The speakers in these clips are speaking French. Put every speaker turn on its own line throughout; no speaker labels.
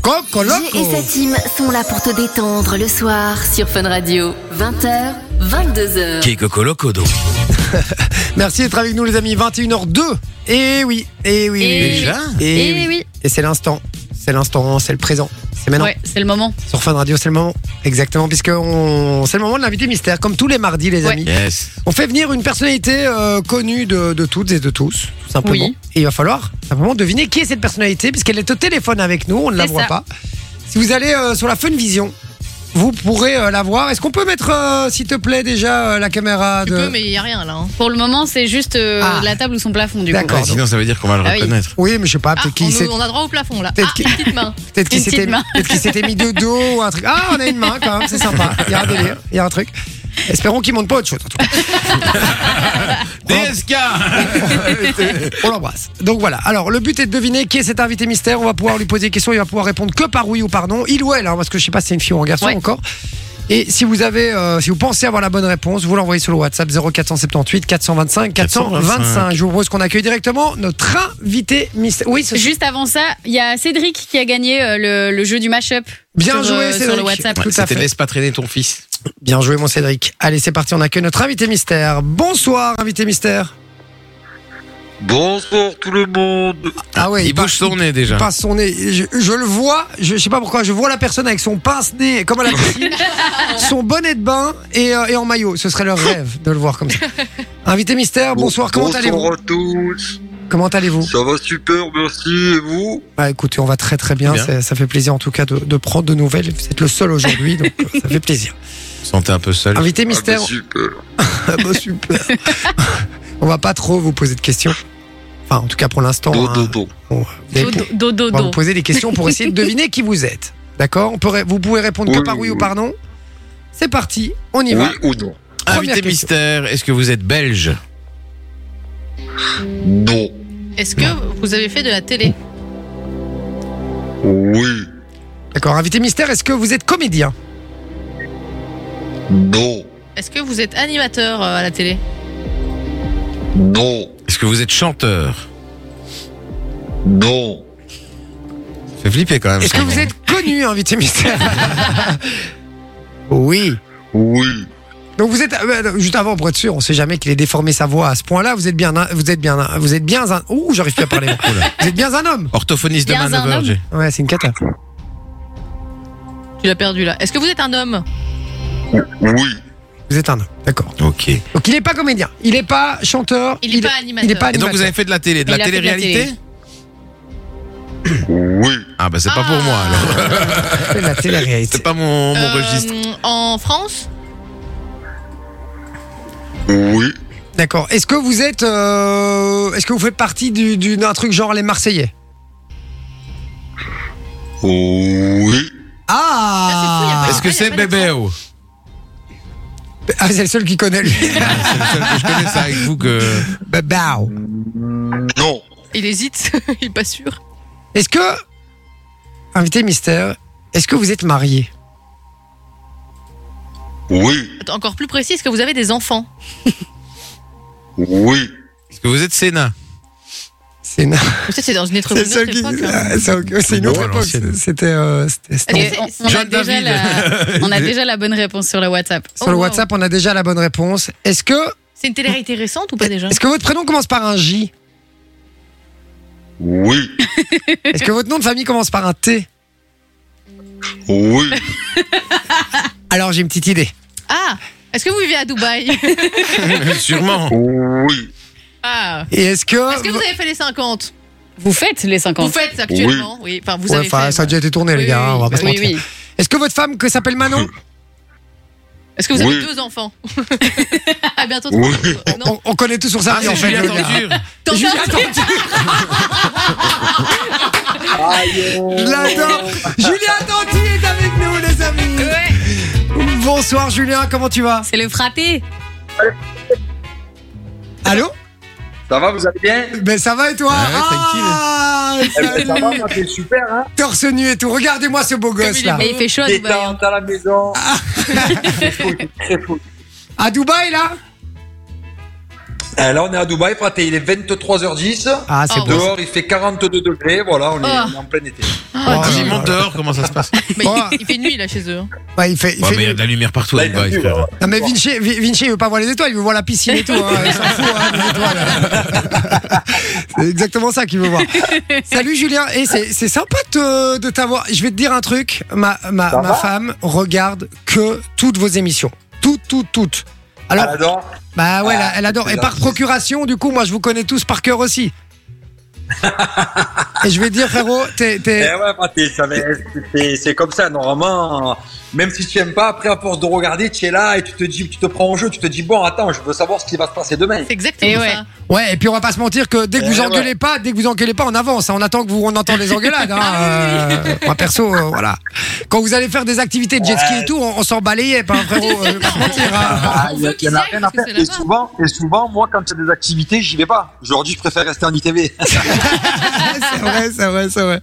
Coco
Jay et sa team sont là pour te détendre le soir sur Fun Radio. 20h, 22h.
Qui est Cocoloco donc
Merci d'être avec nous les amis, 21h02. Et oui, et oui.
Eh
oui.
Déjà
Et,
Eh
oui.
oui.
Et c'est l'instant, c'est l'instant, c'est le présent. C'est maintenant.
Ouais, c'est le moment.
Sur Fun Radio, c'est le moment. Exactement, puisque on... c'est le moment de l'invité mystère, comme tous les mardis les
Ouais.
amis.
Yes.
On fait venir une personnalité euh, connue de, de toutes et de tous, tout simplement.
Oui.
Et il va falloir simplement deviner qui est cette personnalité, puisqu'elle est au téléphone avec nous, on ne la
C'est
voit
ça.
pas. Si vous allez euh, sur la Fun Vision, vous pourrez euh, la voir. Est-ce qu'on peut mettre, euh, s'il te plaît, déjà euh, la caméra
Tu
de...
peux, mais il n'y a rien là. hein.
Pour le moment, c'est juste euh,
Ah.
la table ou son plafond du coup.
D'accord.
Ouais, sinon ça veut dire qu'on va le
Ah oui.
reconnaître.
Oui, mais je sais pas,
Ah,
peut-être
on,
qu'il s'est-
on a droit au plafond là.
peut-être
Ah,
qu'il-
une petite main.
peut-être qu'il
Une petite
s'était
main.
peut-être qu'il s'était mis de dos ou un truc. Ah, on a une main quand même, c'est sympa. Il y a un délire, il y a un truc. Espérons qu'il monte pas autre chose. en tout cas.
DSK
On l'embrasse. Donc voilà. Alors, le but est de deviner qui est cet invité mystère. On va pouvoir lui poser des questions. Il va pouvoir répondre que par oui ou par non. Il ou elle, hein, parce que je sais pas si c'est une fille ou un garçon
Ouais.
encore. Et si vous avez, euh, si vous pensez avoir la bonne réponse, vous l'envoyez sur le WhatsApp 0478 425 425. Je vous propose qu'on accueille directement notre invité mystère. Oui, ce-
Juste avant ça, il y a Cédric qui a gagné euh, le, le jeu du mashup.
bien
sur,
joué,
euh,
Cédric.
Sur le WhatsApp.
Tout à
C'était
fait.
laisse pas traîner ton fils.
Bien joué, mon Cédric. Allez, c'est parti. On accueille notre invité mystère. Bonsoir, invité mystère.
Bonsoir tout le monde.
Ah ouais,
Il
part-
bouge son nez déjà.
Pas son nez. Je, je le vois, je, je sais pas pourquoi, je vois la personne avec son pince-nez, comme à la piscine, son bonnet de bain et, euh, et en maillot. Ce serait leur rêve de le voir comme ça. Invité mystère, Ah, bonsoir, comment allez-vous
Bonsoir à tous.
Comment allez-vous
Ça va super, merci. Et vous Ah,
Bah écoutez, on va très très bien,
Bien.
Ça, ça fait plaisir en tout cas de, de prendre de nouvelles. Vous êtes le seul aujourd'hui, donc euh, ça fait plaisir.
Vous sentez un peu seul.
Invité
Ah,
mystère,
bah, super.
Ah bah, super. on va pas trop vous poser de questions. Enfin, en tout cas pour l'instant.
Do,
hein,
do, do.
on- vous allez pou-
Dodo, dodo.
On va vous poser des questions pour essayer de deviner qui vous êtes. D'accord On peut ré- Vous pouvez répondre que
Oui,
par oui, ou
oui.
par non. C'est parti, on y
Oui
va.
ou non
première
Invité
question.
mystère, est-ce que vous êtes belge
Non.
Est-ce que vous avez fait de la télé
Oui.
D'accord, invité mystère, est-ce que vous êtes comédien
Non.
Est-ce que vous êtes animateur euh, à la télé
Non.
Est-ce que vous êtes chanteur
Non.
Ça fait flipper quand même.
Est-ce que vous êtes connu, invité mystère Oui.
Oui.
Donc vous êtes euh, juste avant pour être sûr, on sait jamais qu'il ait déformé sa voix à ce point-là. Vous êtes bien, un- vous êtes bien, un- vous êtes bien un. Ouh, j'arrive plus à parler. vous êtes bien un homme.
Orthophoniste de
Bien un homme.
Manover. j'ai-
Ouais, c'est une cata.
Tu l'as perdu là. Est-ce que vous êtes un homme
Oui.
Vous êtes un homme, d'accord.
Ok. Et
Donc il n'est pas comédien, il n'est pas chanteur,
Il est pas animateur.
il est pas
donc vous
animateur.
avez fait de la télé, de la
Il a fait de la
télé-réalité
télé.
Oui.
Ah bah c'est pas
Ah.
pour moi alors.
Vous avez la télé-réalité.
C'est pas mon, mon
Euh,
registre.
En France
Oui.
D'accord. Est-ce que vous êtes, euh, est-ce que vous faites partie du- du- d'un truc genre les Marseillais
Oui.
Ah,
Ah,
Est-ce que
Ah, il y a
c'est
pas d'accent.
bébé ou
Ah, c'est le seul qui connaît. Lui.
C'est le seul que je connais, c'est avec vous que.
Bah, bah.
Non.
Il hésite, il est pas sûr.
Est-ce que, invité mystère, est-ce que vous êtes marié
Oui.
Attends, encore plus précis, est-ce que vous avez des enfants
Oui.
Est-ce que vous êtes Sénat
C'est une,
Peut-être c'est dans une
c'est
autre,
le
une
seul
autre
qui-
époque. hein.
Ah, c'est ok, c'est une autre
Bon, à
époque.
l'ancienne.
C'était, euh, c'était- c'était-
Et on, on a
Jeanne
déjà
David.
la, on a déjà la bonne réponse sur le WhatsApp.
Sur le
Oh, wow.
WhatsApp, on a déjà la bonne réponse. Est-ce que,
C'est une télé-réalité récente ou pas déjà
est-ce que votre prénom commence par un J
Oui.
Est-ce que votre nom de famille commence par un T
Oui.
Alors j'ai une petite idée.
Ah Est-ce que vous vivez à Dubaï
Sûrement.
Oui.
Ah
Et est-ce que,
Est-ce que vous avez fait les 50
Vous faites les
Vous
50
faites actuellement Oui. Enfin, vous
Ouais,
avez
enfin,
fait.
ça a déjà été tourné, les
Oui,
gars.
oui,
hein, on va
oui,
pas se
Oui,
mentir.
oui.
Est-ce que votre femme que s'appelle Manon
Est-ce que vous avez
Oui.
deux enfants À bientôt.
Oui.
trois. Non.
on, on connaît tout sur sa
Ah,
vie en
c'est
fait.
Julien
le gars.
Tordure.
T'en
Julien
as-
Je l'adore. Julien Tanti est avec nous, les amis.
Ouais,
Bonsoir, Julien. Comment tu vas
c'est le frappé.
Allô
Ça va, vous allez bien
Ben ça va et toi
Ah ouais, tranquille.
Ah,
Eh ben, Ça
salut.
va, moi, c'est super, hein
Torse nu et tout. Regardez-moi ce beau gosse
il est
là.
Mais il fait chaud à Dubaï. hein.
Détente à la maison. Très fou, très fou.
À Dubaï là
Euh, Là, on est à Dubaï, fraté, il est 23h10.
Ah, c'est
Oh,
beau.
Dehors, il fait 42 degrés. Voilà, on est,
Ah.
on est en plein été.
Oh, là,
Vas-y, monte
là.
dehors, Ah, comment ça se passe
Mais
Oh.
il, il fait nuit là chez
hein.
eux.
Ouais, il fait, il
Ouais,
fait
mais il y a de la lumière partout à
Là, il y a
Dubaï,
plus,
frère.
ouais.
Non mais Vinci, Vi- Vinci, il veut pas voir les étoiles, il veut voir la piscine et tout. hein. Il s'en fout hein, des étoiles. c'est exactement ça qu'il veut voir. Salut Julien, et c'est c'est sympa de te- de t'avoir. Je vais te dire un truc, ma, ma,
Ça
ma
va
femme regarde que toutes vos émissions. Toutes, toutes, toutes. Alors,
Elle adore.
Euh.
bah ouais,
Ah,
elle, elle adore.
c'est
Et par
gentil.
procuration, du coup, moi, je vous connais tous par cœur aussi. et je vais te dire, frérot, t'es...
Eh
t'es-
ouais, fraté, ça va- c'est- c'est comme ça, normalement. Même si tu aimes pas, après, à force de regarder, tu es là et tu te dis, tu te prends en jeu, tu te dis, bon, attends, je veux savoir ce qui va se passer demain.
C'est exactement
Et
ça.
ouais.
Ouais, et puis on va pas se mentir que dès que
Eh
vous
ouais.
engueulez pas, dès que vous engueulez pas, on avance. hein. On attend que vous on entend les engueulades. Hein. Euh, moi perso, euh, voilà. Quand vous allez faire des activités de jet ski et tout, on, on s'en balayait, pas frérot. euh, je vais pas mentir, hein.
Ah,
On
il y a-
veut
il y en a
qu'ils
rien à
aillent, parce
faire.
que
Et
c'est là-bas.
souvent, et souvent, moi, quand il y a des activités, j'y vais pas. Aujourd'hui, je préfère rester en ITV.
c'est vrai, c'est vrai, c'est vrai.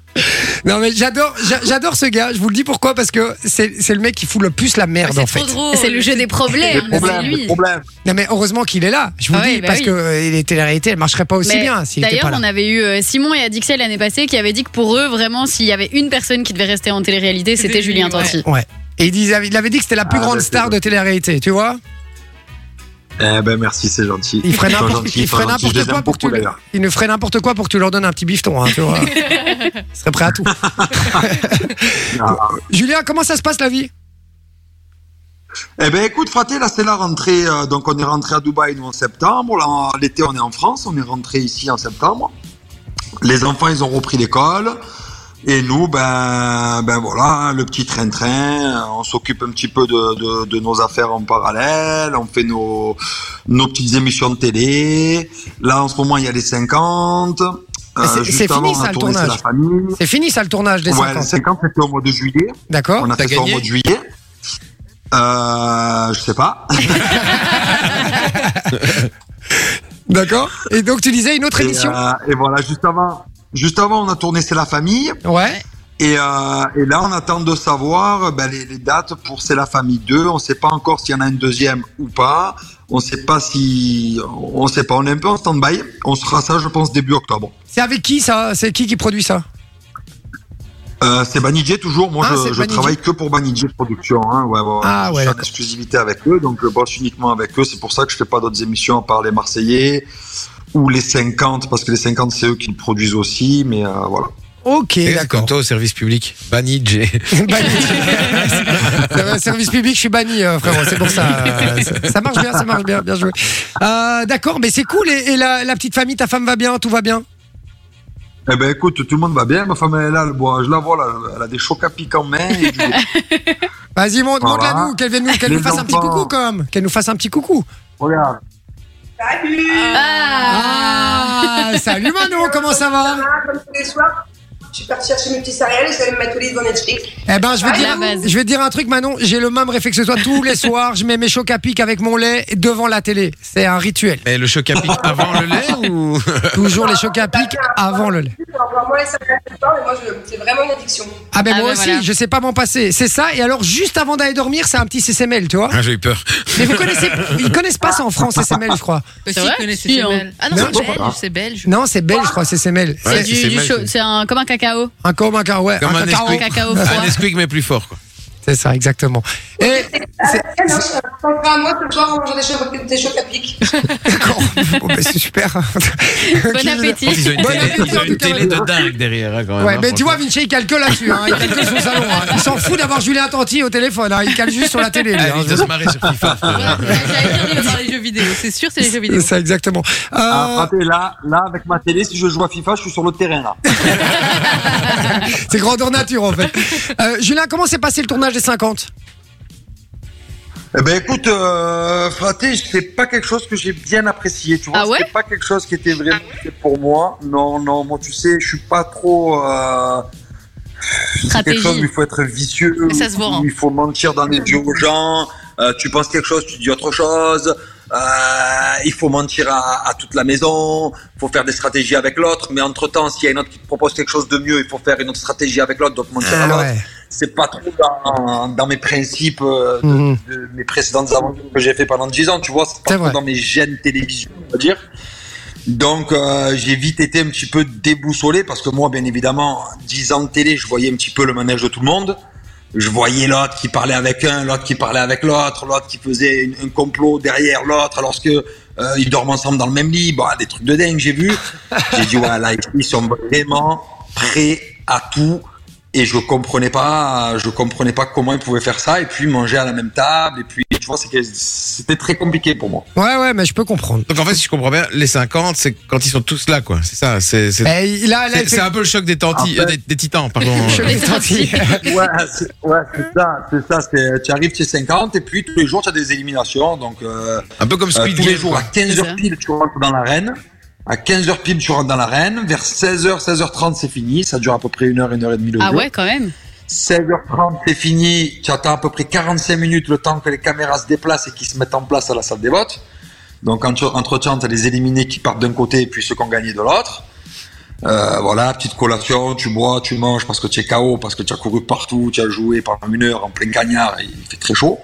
Non mais j'adore, j'a- j'adore ce gars. Je vous le dis pourquoi parce que c'est c'est le mec qui fout le plus la merde
Ah, C'est
en
trop
fait.
drôle.
C'est le jeu des
Le
problèmes, Eh, c'est
problème, le
lui.
problème.
Non mais heureusement qu'il est là. Je vous
Ah
le dis
oui, bah
parce
oui.
que euh, les télé-réalités, elles marcheraient pas aussi
Mais
bien s'il était
D'ailleurs,
pas là.
on avait eu euh, Simon et Adixel l'année passée qui avaient dit que pour eux, vraiment, s'il y avait une personne qui devait rester en télé-réalité,
C'était
c'était
lui,
Julien
ouais.
Tanti.
Et il, disait- il avait dit que c'était la plus
Ah,
grande
bah, c'est
star
vrai.
de télé-réalité, tu vois
Eh ben, merci, c'est gentil.
Il ferait
Ils sont
n'importe
gentils,
il
ils sont
ferait
gentils.
n'importe
Je les
quoi
aime
pour que
beaucoup,
tu-
d'ailleurs.
il ne ferait n'importe quoi pour que tu leur donnes un petit bifton, hein, tu vois. il serait prêt à tout.
Ah.
Julien, comment ça se passe la vie
Eh ben, écoute, fraté, là, c'est la rentrée. euh, donc, on est rentré à Dubaï, nous, en septembre. Là, l'été, on est en France. On est rentré ici en septembre. Les enfants, ils ont repris l'école. Et nous, ben, ben voilà, le petit train-train, euh, on s'occupe un petit peu de, de, de nos affaires en parallèle, on fait nos, nos petites émissions de télé. Là, en ce moment, il y a les 50. Euh,
Mais c'est-
juste
c'est fini,
avant, on
ça,
a
le
tourné, c'est
tournage.
La famille.
C'est fini ça le tournage des
Ouais, les
50.
50, c'était au mois de juillet.
D'accord
On a
Ah, T'as
fait ça au
gagné
mois de juillet. Euh, je sais pas.
D'accord. Et donc tu disais une autre
Et,
émission
euh, et voilà, juste avant, juste avant, on a tourné C'est la famille.
Ouais.
Et, euh, et là, on attend de savoir euh, ben, les, les dates pour C'est la famille 2. On sait pas encore s'il y en a une deuxième ou pas. On sait pas si, on sait pas. On est un peu en stand-by. On sera ça, je pense, début octobre.
C'est avec qui ça C'est qui qui produit ça
Euh, c'est Banijé toujours. Moi,
Ah, c'est
je, je
Banijé.
travaille que pour Banijé Production. Hein. Ouais, ouais,
Ah, ouais,
je suis en
d'accord.
exclusivité avec eux, donc je bosse uniquement avec eux. C'est pour ça que je fais pas d'autres émissions à part les Marseillais ou les 50, parce que les 50, c'est eux qui le produisent aussi. Mais euh, voilà.
Ok,
Et
d'accord.
Comme toi au service public, banni Jay.
Banni. C'est vrai, Euh, Service public, je suis banni, euh, frérot. C'est pour ça. euh, ça. ça marche bien, ça marche bien, bien joué. Euh, D'accord, mais c'est cool. Et, et la, la petite famille, ta femme va bien, tout va bien
Eh ben écoute, tout le monde va bien. Ma femme elle est là, elle boit. Je la vois là, elle a des chocs à pic en main. et du-
Vas-y, monte,
Voilà.
monte-la nous, qu'elle vienne nous, qu'elle
Les
nous fasse un petit
enfants.
coucou quand même. Qu'elle nous fasse un petit coucou.
Regarde.
Euh.
Ah,
Ah, salut Manon, comment ça va
Ah, Comme tous les soirs, je suis partie chercher mes petits céréales et je vais aller me mettre au lit devant Netflix.
Eh ben, je vais,
Ah,
dire,
la base.
je vais dire un truc, Manon. J'ai le même réflexe que toi tous les soirs. Je mets mes chocs à pic avec mon lait devant la télé. C'est un rituel.
Mais le choc à pic avant le lait ou
Toujours les chocs à pic avant le lait.
Pour avoir moins les céréales tout le temps, mais moi, je- c'est vraiment une addiction.
Ah ben
Ah,
moi
ben,
aussi,
voilà.
je sais pas m'en passer. C'est ça. Et alors, juste avant d'aller dormir, c'est un petit CCML, tu vois.
Ah, J'ai eu peur.
Mais vous connaissez, ils connaissent pas ça en France, CCML, je crois.
Mais
C'est
si,
vrai
ils connaissent,
Si,
c'est
hein.
belge. Ah non,
Non,
c'est
c'est
belge,
pas grave.
c'est belge.
Non, c'est belge, je crois, CCML.
Ouais,
C'est
si
du, du
mal,
chaud-
c'est-
c'est un, comme un cacao.
Un comme un car- ouais,
Comme
un
un
Ah
cacao.
Un
esprit.
cacao
Un
froid.
Nesquik Ah, mais plus fort. Quoi.
C'est ça, exactement. Et
C'est à moi ce soir en mangeant des chocs- des chocs à pic.
d'accord. Bon, ben, c'est super.
Bon appétit.
Oh, Ils ont une
Bon
télé,
appétit,
ils
en
ont
tout
une
cas,
télé de dingue derrière. hein, quand même,
Ouais,
hein,
mais tu vois,
franchement.
Vinci, il calque là-dessus. Hein, il calque son salon. hein. Il s'en fout d'avoir Julien Tanti au téléphone. hein, Il calque juste sur la télé. lui, hein,
Ah, il
je
doit
veux
se marrer sur FIFA. frère.
Voilà, j'allais dire, il va parler des jeux vidéo. C'est sûr, c'est les jeux
dire.
vidéo.
C'est ça, exactement. Euh,
Ah, frappé, là, là, avec ma télé, si je joue à FIFA, je suis sur le terrain, là.
c'est grandeur nature, en fait. Euh, Julien, comment s'est passé le tournage des 50
Eh ben, écoute, euh, fraté, c'est pas quelque chose que j'ai bien apprécié, tu vois.
Ah ouais
C'était pas quelque chose qui était vraiment
Ah
fait pour moi. Non, non, moi, tu sais, je suis pas trop, euh, c'est quelque
Stratégie.
chose où il faut être vicieux.
Mais ça se voit, hein.
où Il faut mentir dans les yeux aux gens. Euh, tu penses quelque chose, tu dis autre chose. Euh, il faut mentir à, à toute la maison. Il faut faire des stratégies
Ah
Ah
avec l'autre. Mais entre temps, s'il y a une autre qui te propose quelque chose de mieux, il faut faire une autre stratégie avec l'autre, donc mentir à l'autre. c'est pas trop dans, dans mes principes, euh,
Mhm.
de mes précédentes aventures que j'ai fait pendant 10 ans, tu vois, c'est
C'est
pas trop
vrai.
dans mes gènes télévision, on va dire. Donc euh, j'ai vite été un petit peu déboussolé parce que moi, bien évidemment, 10 ans de télé, je voyais un petit peu le manège de tout le monde. Je voyais l'autre qui parlait avec un, l'autre qui parlait avec l'autre, l'autre qui faisait une- un complot derrière l'autre, alors que euh, ils dorment ensemble dans le même lit, bah, des trucs de dingue, j'ai vu. J'ai dit, ouais, là, ils sont vraiment prêts à tout. Et je comprenais pas, je comprenais pas comment ils pouvaient faire ça, et puis manger à la même table, et puis, tu vois, c'est que c'était très compliqué pour moi.
Ouais, ouais, mais je peux comprendre.
Donc en fait, si je comprends bien, les 50, c'est quand ils sont tous là, quoi. C'est ça. C'est c'est-
Eh, il- là, là,
c'est-
il
c'est
fait-
un peu le choc des, tantis,
En fait-
euh, des, des titans, pardon.
Je fais tantilles.
Ouais, c'est ouais, c'est ça, c'est ça, c'est- tu arrives, tu es 50, et puis tous les jours, tu as des éliminations, donc, euh,
un peu comme
Euh,
Squid
tous les
Game.
jours, à
quoi.
15h pile, tu rentres dans l'arène. À 15h pile, tu rentres dans l'arène. Vers 16h, 16h30, c'est fini. Ça dure à peu près une heure, une heure et demie le
Ah
jeu.
ouais, quand même.
16h30, c'est fini. Tu attends à peu près 45 minutes le temps que les caméras se déplacent et qu'ils se mettent en place à la salle des votes. Donc, entre- entre-temps, tu as les éliminés qui partent d'un côté et puis ceux qui ont gagné de l'autre. Euh, voilà, petite collation, tu bois, tu manges parce que tu es KO, parce que tu as couru partout, tu as joué pendant une heure en plein cagnard, et il fait très chaud.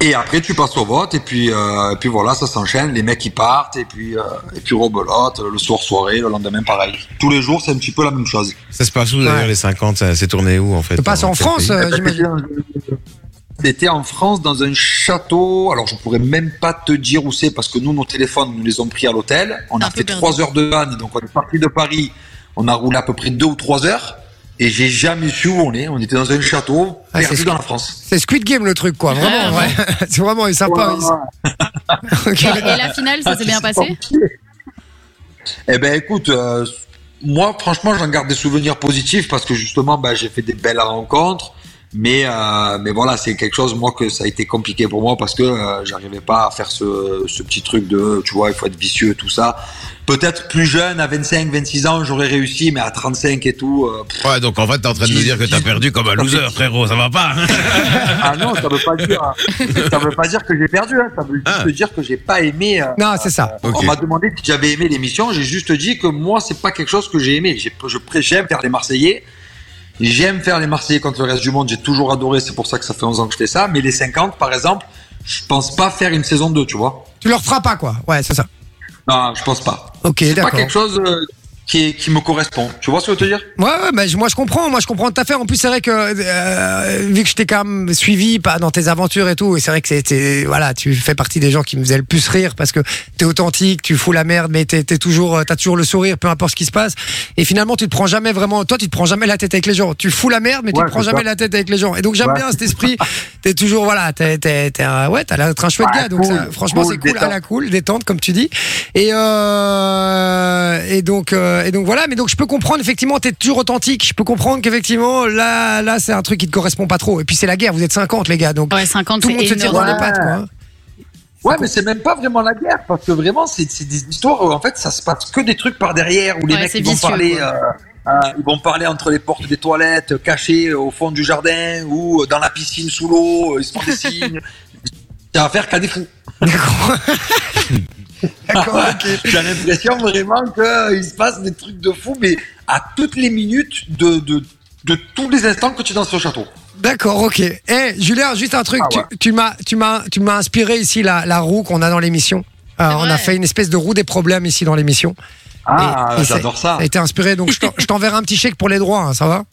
Et après, tu passes au vote, et puis, euh, et puis voilà, ça s'enchaîne, les mecs ils partent, et puis, euh, et puis rebelote, le soir soirée, le lendemain pareil. Tous les jours, c'est un petit peu la même chose.
Ça se passe où d'ailleurs
Ouais.
les 50 ça- C'est tourné où en fait
Ça passe
dans
en
quel
France,
pays
euh, j'imagine.
C'était en France dans un château. Alors je pourrais même pas te dire où c'est parce que nous nos téléphones nous les ont pris à l'hôtel. On a
Un peu
fait
perdu.
trois heures de van, donc on est parti de Paris. On a roulé à peu près deux ou trois heures et j'ai jamais su où on est. On était dans un château
Ah,
perdu
c'est-
dans la France.
C'est Squid Game le truc, quoi. Vraiment, ouais. C'est vraiment il est sympa. il-
Et,
Ok.
et la finale, ça s'est bien passé
Eh ben écoute, euh, moi franchement j'en garde des souvenirs positifs parce que justement bah, j'ai fait des belles rencontres. Mais euh, mais voilà c'est quelque chose moi que ça a été compliqué pour moi parce que euh, j'arrivais pas à faire ce, ce petit truc de tu vois il faut être vicieux tout ça. Peut-être plus jeune à 25 26 ans j'aurais réussi mais à 35 et tout. euh, pff,
Ouais, donc en fait, t'es en train de nous dire que t'as perdu comme un loser, frérot, ça va pas. hein
ah non ça veut pas dire ça veut pas dire que j'ai perdu hein, ça veut juste
Ah.
dire que j'ai pas aimé. euh,
Non, c'est ça.
Ok.
On m'a demandé si j'avais aimé l'émission. J'ai juste dit que moi, c'est pas quelque chose que j'ai aimé. J'ai- je pré- J'aime faire les Marseillais. J'aime faire les Marseillais contre le reste du monde. J'ai toujours adoré. C'est pour ça que ça fait 11 ans que je fais ça. Mais les 50, par exemple, je pense pas faire une saison 2, tu vois.
Tu leur feras pas, quoi. Ouais, c'est ça.
Non, je pense pas.
Ok,
C'est pas
d'accord.
quelque chose euh, qui, est- qui me correspond. Tu vois ce que je veux te dire
Ouais, ouais, bah, je- moi je comprends, moi je comprends ta affaire. En plus, c'est vrai que euh, vu que je t'ai quand même suivi pas dans tes aventures et tout, et c'est vrai que c'était voilà, tu fais partie des gens qui me faisaient le plus rire parce que t'es authentique, tu fous la merde, mais t'es t'es toujours, euh, t'as toujours le sourire, peu importe ce qui se passe. Et finalement, tu te prends jamais vraiment, toi, tu te prends jamais la tête avec les gens. Tu fous la merde, mais tu
Ouais,
te prends
c'est
jamais
ça.
la tête avec les gens. Et donc j'aime
Ouais.
bien cet esprit. t'es toujours voilà, t'es t'es t'es un- ouais, t'as l'air d'être un chouette
Ouais,
gars. Donc
cool,
ça, franchement,
cool,
c'est cool à
détente.
la cool, détente comme tu dis. Et, euh, et, donc, euh, et donc voilà, mais donc je peux comprendre, effectivement, t'es toujours authentique. Je peux comprendre qu'effectivement, là, là c'est un truc qui te correspond pas trop. Et puis c'est la guerre, vous êtes 50, les gars, donc
Ouais, 50,
tout
c'est
le monde se tire
énorme.
dans
énorme.
les pattes. Quoi, hein.
Ouais, mais c'est même pas vraiment la guerre, parce que vraiment, c'est c'est des histoires où en fait, ça se passe que des trucs par derrière, où les
Ouais,
mecs
c'est
ils vont
vicieux,
parler,
quoi.
euh, euh, ils vont parler entre les portes des toilettes, cachés au fond du jardin ou euh, dans la piscine sous l'eau, euh, ils se font des signes. T'as affaire qu'à des fous.
D'accord. D'accord.
J'ai l'impression vraiment qu'il se passe des trucs de fous, mais à toutes les minutes de, de, de tous les instants que tu es dans ce château.
D'accord, ok. Eh, Julien, juste un truc.
Ah
tu-
ouais.
Tu, m'as, tu m'as, tu m'as inspiré ici la, la roue qu'on a dans l'émission. Euh,
C'est
on
vrai.
a fait une espèce de roue des problèmes ici dans l'émission.
Ah,
Et- et
j'adore ça.
Ça a été inspiré, donc je t'en- je t'enverrai un petit chèque pour les droits, hein, ça va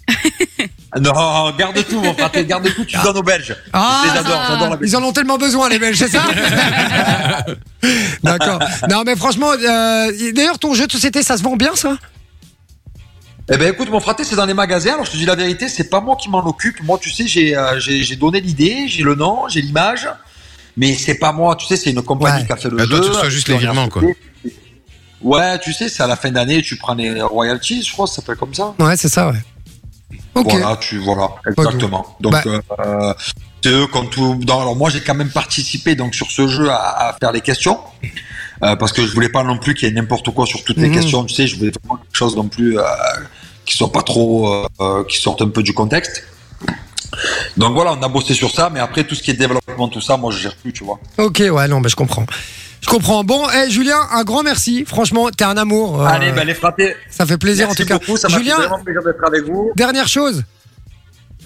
Non, garde tout, mon frère, garde tout, tu donnes aux Belges. je les adore, j'adore la Belgique.
Ah, Ils en ont tellement besoin, les Belges, c'est ça D'accord. Non, mais franchement, euh, d'ailleurs, ton jeu de société, ça se vend bien, ça
Eh ben écoute, mon fraté, c'est dans les magasins. Alors je te dis la vérité, c'est pas moi qui m'en occupe. Moi, tu sais, j'ai euh, j'ai j'ai donné l'idée, j'ai le nom, j'ai l'image, mais c'est pas moi. Tu sais, c'est une compagnie
Ouais.
qui a fait le
Bah,
jeu.
toi, tu reçois juste les virements, quoi.
Ouais, tu sais, c'est à la fin d'année, tu prends les royalties, je crois, ça s'appelle comme ça.
Ouais, c'est ça, ouais. Ok.
Voilà, tu voilà, exactement. Donc
Bah.
euh, c'est eux quand tout. non, alors moi, j'ai quand même participé donc sur ce jeu à, à faire les questions. euh, parce que je voulais pas non plus qu'il y ait n'importe quoi sur toutes les
Mhm.
questions, tu sais, je voulais vraiment quelque chose non plus euh, qui soit pas trop, euh, euh, qui sorte un peu du contexte. Donc voilà, on a bossé sur ça, mais après tout ce qui est développement, tout ça, moi je gère plus, tu vois.
Ok, ouais, non, mais je comprends. Je comprends. Bon, eh, Julien, un grand merci. Franchement, t'es un amour. euh,
Allez, ben les frappés,
ça fait plaisir,
merci
en tout cas.
beaucoup, ça m'a fait
Julien,
vraiment plaisir d'être avec vous.
dernière chose.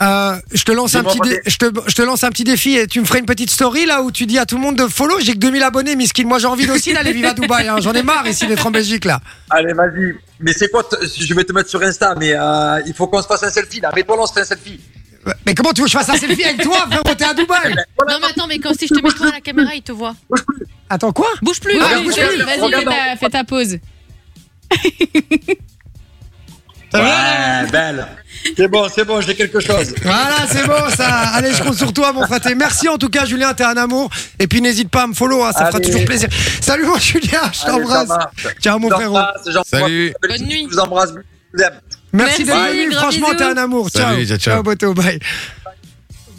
Euh, je te lance un
Dis-moi,
petit, dé- je te, je te lance un petit défi et tu me ferais une petite story là où tu dis à tout le monde de follow. J'ai que 2000 abonnés, miskin. Moi, j'ai envie d'aussi d'aller vivre à Dubaï. hein. J'en ai marre ici d'être en Belgique là.
Allez, vas-y. Mais c'est quoi t- Je vais te mettre sur Insta, mais euh, il faut qu'on se fasse un selfie là. Mais toi, on se fait un selfie.
Mais comment tu veux que je fasse un selfie avec toi, frérot T'es à Dubaï.
Non, mais attends, mais quand si je te mets toi à la caméra, il te voit.
Attends quoi
Bouge plus,
Oui,
Ah,
oui,
bouge
vas-y,
plus.
vas-y, fais ta, fais ta pause.
Ouais, belle. C'est bon, c'est bon, j'ai quelque chose.
Voilà, c'est bon ça. Allez, je compte sur toi, mon fraté. Merci en tout cas, Julien. T'es un amour. Et puis n'hésite pas à me follow. hein, ça fera
Allez.
toujours plaisir. Salut mon Julien. Je
Allez, ça
t'embrasse.
marche.
Ciao mon
Je vous
frérot.
embrasse, j'embrasse.
Salut.
Bonne nuit.
Je vous embrasse. je vous aime.
Merci
Merci,
d'être venu.
gros
Franchement,
bisous.
t'es un amour.
Salut,
ciao.
ciao, ciao.
Boto, bye.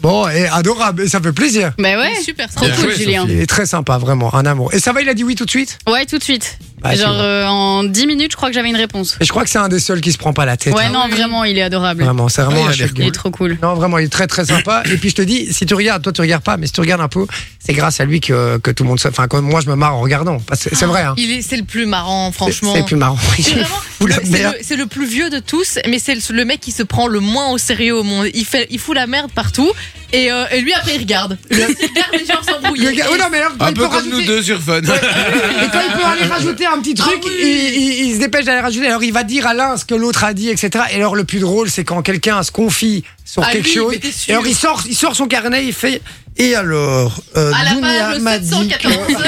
Bon, et adorable. Et ça fait plaisir.
Bah ouais,
Super
trop
sympa.
Bien
cool,
joué,
Julien.
Il est très sympa, vraiment, un amour. Et ça va, il a dit oui tout de suite
Ouais, tout de suite.
Bah,
Genre
c'est bon.
euh, en 10 minutes, je crois que j'avais une réponse.
Et je crois que c'est un des seuls qui se prend pas la tête.
Ouais,
hein.
non, vraiment, il est adorable.
Vraiment, c'est
Ah,
vraiment
il a
un
l'air
chef
Il est trop cool.
Non, vraiment, il est très très sympa. Et puis je te dis, si tu regardes, toi tu regardes pas, mais si tu regardes un peu, c'est grâce à lui que, que tout le monde se. Enfin, que moi je me marre en regardant. Parce que C'est vrai, hein.
Il est, c'est le plus marrant,
C'est
Ah, franchement.
c'est plus marrant. Il
C'est
se
vraiment-
fout la
c'est
merde.
le- c'est le plus vieux de tous, mais c'est le, le mec qui se prend le moins au sérieux au monde. Il, fait, il fout la merde partout, et, euh, et lui après il regarde. Il regarde les gens s'embrouiller.
Le gars- oh non, mais là,
Un
il
peu
peut
comme nous
rajouter-
deux sur Fun.
Et quand il peut aller rajouter un petit truc,
Ah oui.
il, il- il se dépêche d'aller rajouter. Alors il va dire à l'un ce que l'autre a dit, etc. Et alors le plus drôle, c'est quand quelqu'un se confie sur
Ah,
quelque
lui,
chose.
mais t'es sûr.
Et alors il sort, il sort son carnet, il fait. Et alors, euh,
À la
Dunia
page
m'a dit que-
714.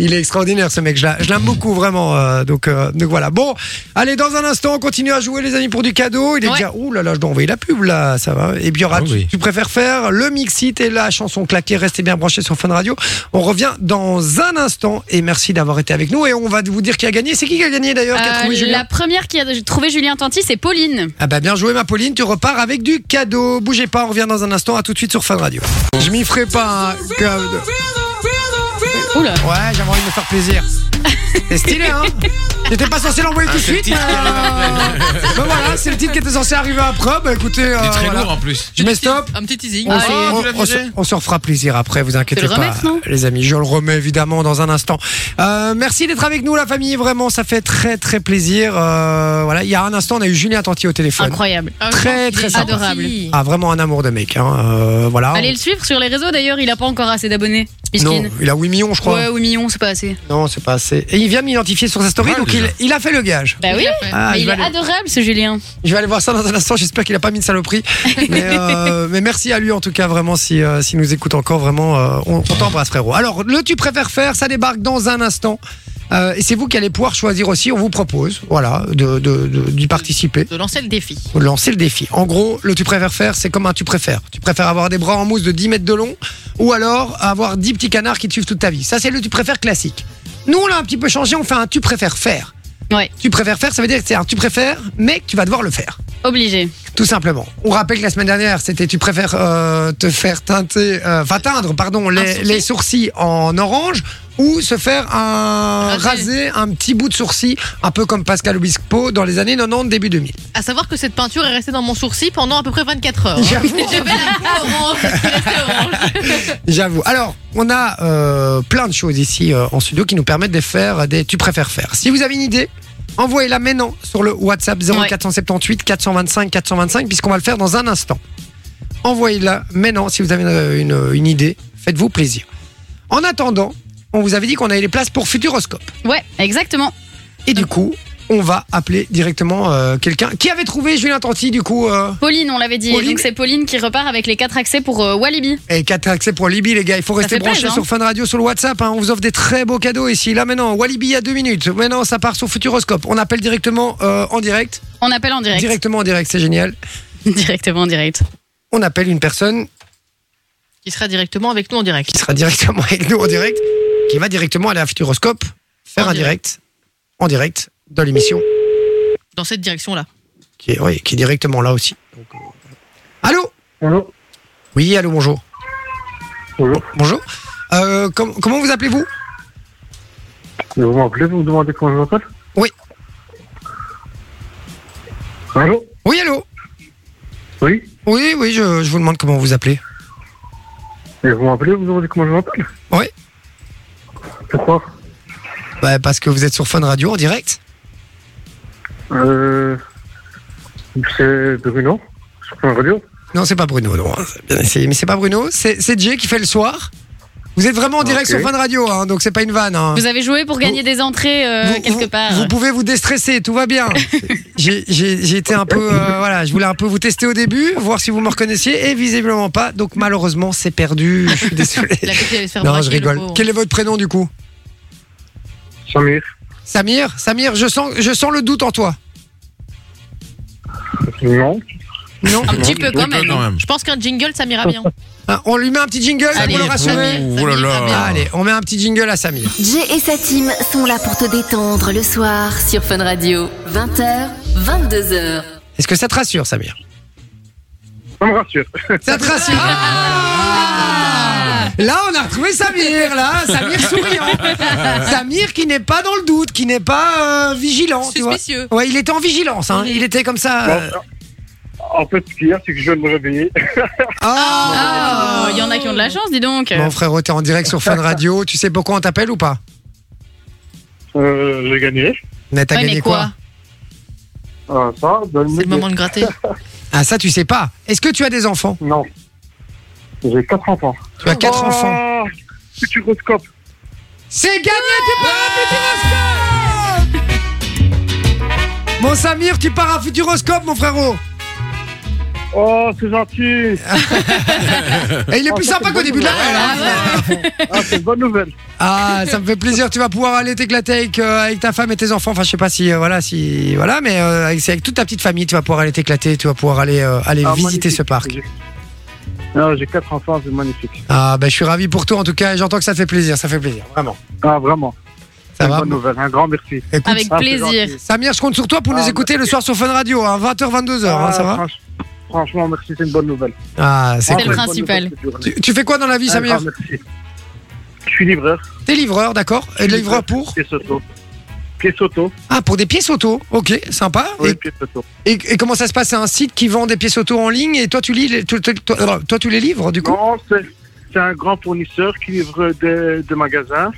Il est extraordinaire ce mec, je la- je l'aime beaucoup vraiment. euh, donc, euh, donc voilà. Bon, allez, dans un instant, on continue à jouer les amis pour du cadeau. Il est
Ouais.
déjà, ouh là là, je dois envoyer la pub là, ça va. Et puis il y aura,
Ah
tu,
oui.
tu préfères faire le mixit et la chanson claquée, restez bien branchés sur Fun Radio. On revient dans un instant et merci d'avoir été avec nous. Et on va vous dire qui a gagné. C'est qui qui a gagné d'ailleurs qui a
Euh,
trouvé Julien
la première qui a trouvé Julien Tanti, c'est Pauline.
Ah bah bien joué ma Pauline, tu repars avec du cadeau. Bougez pas, on revient dans un instant, à tout de suite sur Fun Radio. Je m'y ferai pas. hein, que-
Oula.
Ouais, j'avais envie de me faire plaisir. C'est stylé, hein J'étais pas censé l'envoyer tout de
c'est le
suite.
titre qui
euh, ben voilà, c'est le titre qui était censé arriver après. Bah écoutez, euh,
Il est très
voilà.
lourd en plus.
je mets stop.
Un petit teasing.
On,
Ah,
se-
Allez.
on-
Tu l'as
on se-
figé
on se refera plaisir après, vous inquiétez
le
pas,
remettre, non
les amis. Je le remets évidemment dans un instant. Euh, merci d'être avec nous, la famille. Vraiment, ça fait très très plaisir. Euh, voilà, il y a un instant, on a eu Julien Tanti au téléphone.
Incroyable.
Ah,
Très très
est
sympa.
adorable.
Ah, vraiment un amour de mec. Hein. Euh, voilà.
Allez le suivre sur les réseaux d'ailleurs, il a pas encore assez d'abonnés.
non,
Miskin.
il a 8 millions, je crois.
Ouais, ou million, c'est pas assez.
Non, c'est pas assez. Et il vient m'identifier sur sa story,
Mal,
donc
déjà.
il, il a fait le gage.
Bah oui,
Ah,
mais
je
il
vais
est
aller-
adorable ce Julien.
Je vais aller voir ça dans un instant. J'espère qu'il a pas mis de saloperie. Mais, euh, mais merci à lui en tout cas vraiment si euh, s'il nous écoute encore vraiment euh, on, on t'embrasse frérot. Alors le tu préfères faire ça débarque dans un instant Euh, et c'est vous qui allez pouvoir choisir aussi. On vous propose voilà de de- de- d'y participer.
De lancer le défi.
Vous lancez le défi. En gros le tu préfères faire c'est comme un tu préfères. Tu préfères avoir des bras en mousse de 10 mètres de long ou alors avoir 10 petits canards qui te suivent toute ta vie. Ça c'est le tu préfères classique. Nous on l'a un petit peu changé. On fait un tu préfères faire.
Ouais.
Tu préfères faire ça veut dire que c'est un tu préfères mais que tu vas devoir le faire.
Obligé.
Tout simplement. On rappelle que la semaine dernière, c'était tu préfères euh, te faire teinter, euh, enfin teindre, pardon, les,
sourcil
les sourcils en orange ou se faire un raser
Raser.
un petit bout de sourcil, un peu comme Pascal Obispo dans les années 90, début 2000.
À savoir que cette peinture est restée dans mon sourcil pendant à peu près 24 heures.
J'avoue.
J'avais la peau orange, c'est resté orange.
J'avoue. Alors, on a euh, plein de choses ici euh, en studio qui nous permettent de faire des tu préfères faire. Si vous avez une idée, envoyez-la maintenant sur le WhatsApp 0478 425 425 puisqu'on va le faire dans un instant. Envoyez-la maintenant si vous avez une, une- une idée. Faites-vous plaisir. En attendant, on vous avait dit qu'on avait les places pour Futuroscope.
Ouais, exactement.
Et du coup, on va appeler directement euh, quelqu'un qui avait trouvé Julien Tanti du coup. euh,
Pauline, on l'avait dit.
Pauline.
Donc c'est Pauline qui repart avec les quatre accès pour euh, Walibi.
Et 4 accès pour Libye, les gars. Il faut rester
fait
branché
plaisir, hein.
sur Fun Radio, sur le WhatsApp. hein. On vous offre des très beaux cadeaux ici. Là, maintenant, Walibi, il y a deux minutes. Maintenant, ça part sur Futuroscope. On appelle directement euh, en direct.
On appelle en direct.
Directement en direct, Ah. c'est génial.
Directement en direct.
On appelle une personne
Qui sera directement avec nous en direct.
qui sera directement avec nous en direct, qui va directement aller à Futuroscope, faire
En
un direct, en direct, dans l'émission,
Dans cette direction-là.
qui, est- oui, qui est directement là aussi. Donc, euh, Allô
Bonjour.
Oui, allô, bonjour.
Bonjour.
Bonjour. Euh, com- comment vous appelez-vous
Mais Vous m'appelez, vous me demandez comment je m'appelle
Oui.
Bonjour.
Oui, allô
Oui.
Oui, oui, je- je vous demande comment vous appelez.
Et vous m'appelez, vous me demandez comment je m'appelle
Oui.
Pourquoi
Bah, parce que vous êtes sur Fun Radio en direct.
Euh. C'est Bruno. Je Fun Radio
Non, c'est pas Bruno, non. C'est Bien essayé, mais c'est pas Bruno. C'est c'est Jay qui fait le soir. Vous êtes vraiment en direct
Ok.
sur Fun Radio, hein, donc c'est pas une vanne. hein.
Vous avez joué pour gagner des entrées euh,
Vous-
quelque
vous-
part.
Vous pouvez vous déstresser, tout va bien. J'ai- J'ai j'ai été un peu, euh, voilà, je voulais un peu vous tester au début, voir si vous me reconnaissiez, et visiblement pas. Donc malheureusement, c'est perdu. Je suis désolé.
La petite, elle allait se faire
Non,
braquer,
je
le
rigole.
pauvre.
Quel est votre prénom du coup
Samir
Samir, Samir, je sens, je sens le doute en toi.
Non.
Non.
Un petit
Non,
peu
oui,
quand
quand
même.
même.
Je pense qu'un jingle, ça m'ira bien.
Hein, On lui met un petit jingle
Allez,
pour le
Samir,
rassurer.
Samir,
Ouh là
Samir,
là.
Samir.
Allez, on met un petit jingle à Samir.
Jay et sa team sont là pour te détendre le soir sur Fun Radio. 20h, 22h.
Est-ce que ça te rassure, Samir
Ça me rassure.
Ça te rassure Ah Là, on a retrouvé Samir, là, Samir souriant. Samir qui n'est pas dans le doute, qui n'est pas euh, vigilant, tu vois.
Suspicieux.
Ouais, il était en vigilance, hein. il était comme ça. euh,
Bon, en fait, ce qu'il y a, c'est que je viens de me réveiller.
Ah,
Ah
il y en a qui ont de la chance, dis donc.
Mon frère, t'es en direct sur Fun Radio, tu sais pourquoi on t'appelle ou pas
Euh, j'ai gagné.
Mais t'as
Ouais,
gagné
mais quoi
Ah, ça, bonne
C'est le
nouvelle.
moment de gratter.
Ah, ça, tu sais pas. Est-ce que tu as des enfants
Non. J'ai quatre enfants.
Tu as quatre enfants.
Ah, Futuroscope.
C'est gagné, tu pars à Futuroscope Mon Samir, tu pars à Futuroscope, mon frérot
Oh, c'est gentil.
Et il est
Oh,
plus
ça,
sympa
c'est
qu'au
bon,
début de la
Ah
Ah, c'est une bonne nouvelle.
Ah, ça me fait plaisir, tu vas pouvoir aller t'éclater avec, euh, avec ta femme et tes enfants. Enfin, je sais pas si, euh, voilà, si, voilà, mais euh, avec, c'est avec toute ta petite famille, tu vas pouvoir aller t'éclater, tu vas pouvoir aller, euh, aller
Ah,
visiter
magnifique.
ce parc.
Non, j'ai quatre enfants, c'est magnifique.
Ah, bah, je suis ravi pour toi en tout cas, et j'entends que ça te fait plaisir, ça fait plaisir, vraiment.
Ah, vraiment.
Ça
C'est une
va
bonne nouvelle. Un grand merci.
Écoute,
Avec
Ah, c'est
plaisir.
gentil.
Samir, je compte sur toi pour nous
Ah,
écouter le soir sur Fun Radio, hein, 20h, 22h, hein, ça
Ah,
va
franch- Franchement, merci, c'est une bonne nouvelle.
Ah, c'est
Ah,
cool.
le
une bonne
principal.
nouvelle, cette journée.
Tu, tu fais quoi dans la vie,
Un grand
Samir
merci. Je suis livreur.
T'es livreur, d'accord Et livreur pour
Pièce auto. Pièce auto.
Ah, pour des pièces auto, ok, sympa.
Oui,
Et-
pièce auto.
Et, et comment ça se passe C'est un site qui vend des pièces auto en ligne et toi tu lis, les- toi, toi- toi- alors, toi, tu les livres du coup
Non, c'est c'est un grand fournisseur qui livre des, des magasins.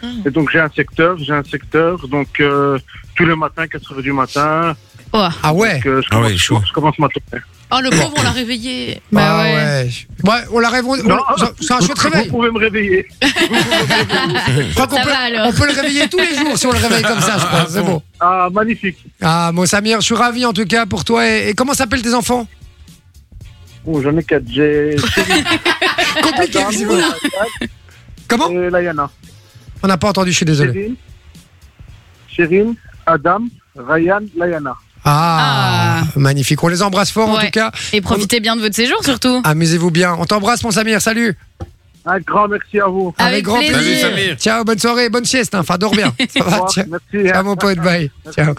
Ah.
Et donc, j'ai un secteur. J'ai un secteur. Donc, euh, tous les matins, 4 heures du matin,
Ah ouais.
que je,
Ah ouais,
commence,
chaud.
je commence ma tournée.
Oh, le pauvre, on l'a réveillé.
Bah
Ah
ouais.
Ouais, on la rêve. on-
Non.
on- C'est un chouette réveil.
Vous pouvez me réveiller.
Je crois qu'on
Ça
peut,
va
on
alors.
peut le réveiller tous les jours si on le réveille comme ça, je pense. C'est bon.
Ah, magnifique.
Ah, mon Samir, je suis ravi en tout cas pour toi. Et, et comment s'appellent tes enfants
Bon, Oh, j'en ai 4. J'ai
Compliqué,
Adam,
visiblement. Comment
et Layana.
On n'a pas entendu, je suis désolé.
Chérine, Chérine, Adam, Ryan, Layana.
Ah, magnifique. On les embrasse fort en
Ouais.
tout cas.
Et profitez bien de votre séjour surtout.
Amusez-vous bien. On t'embrasse, mon Samir. Salut.
Un grand merci à vous.
Avec
Avec,
grand
plaisir.
Salut Samir.
Ciao, bonne soirée, bonne sieste. hein. Enfin, dors bien. Ça
Au
va,
revoir.
Ah, tiens.
Merci. hein.
Ciao mon pote, bye. Ciao.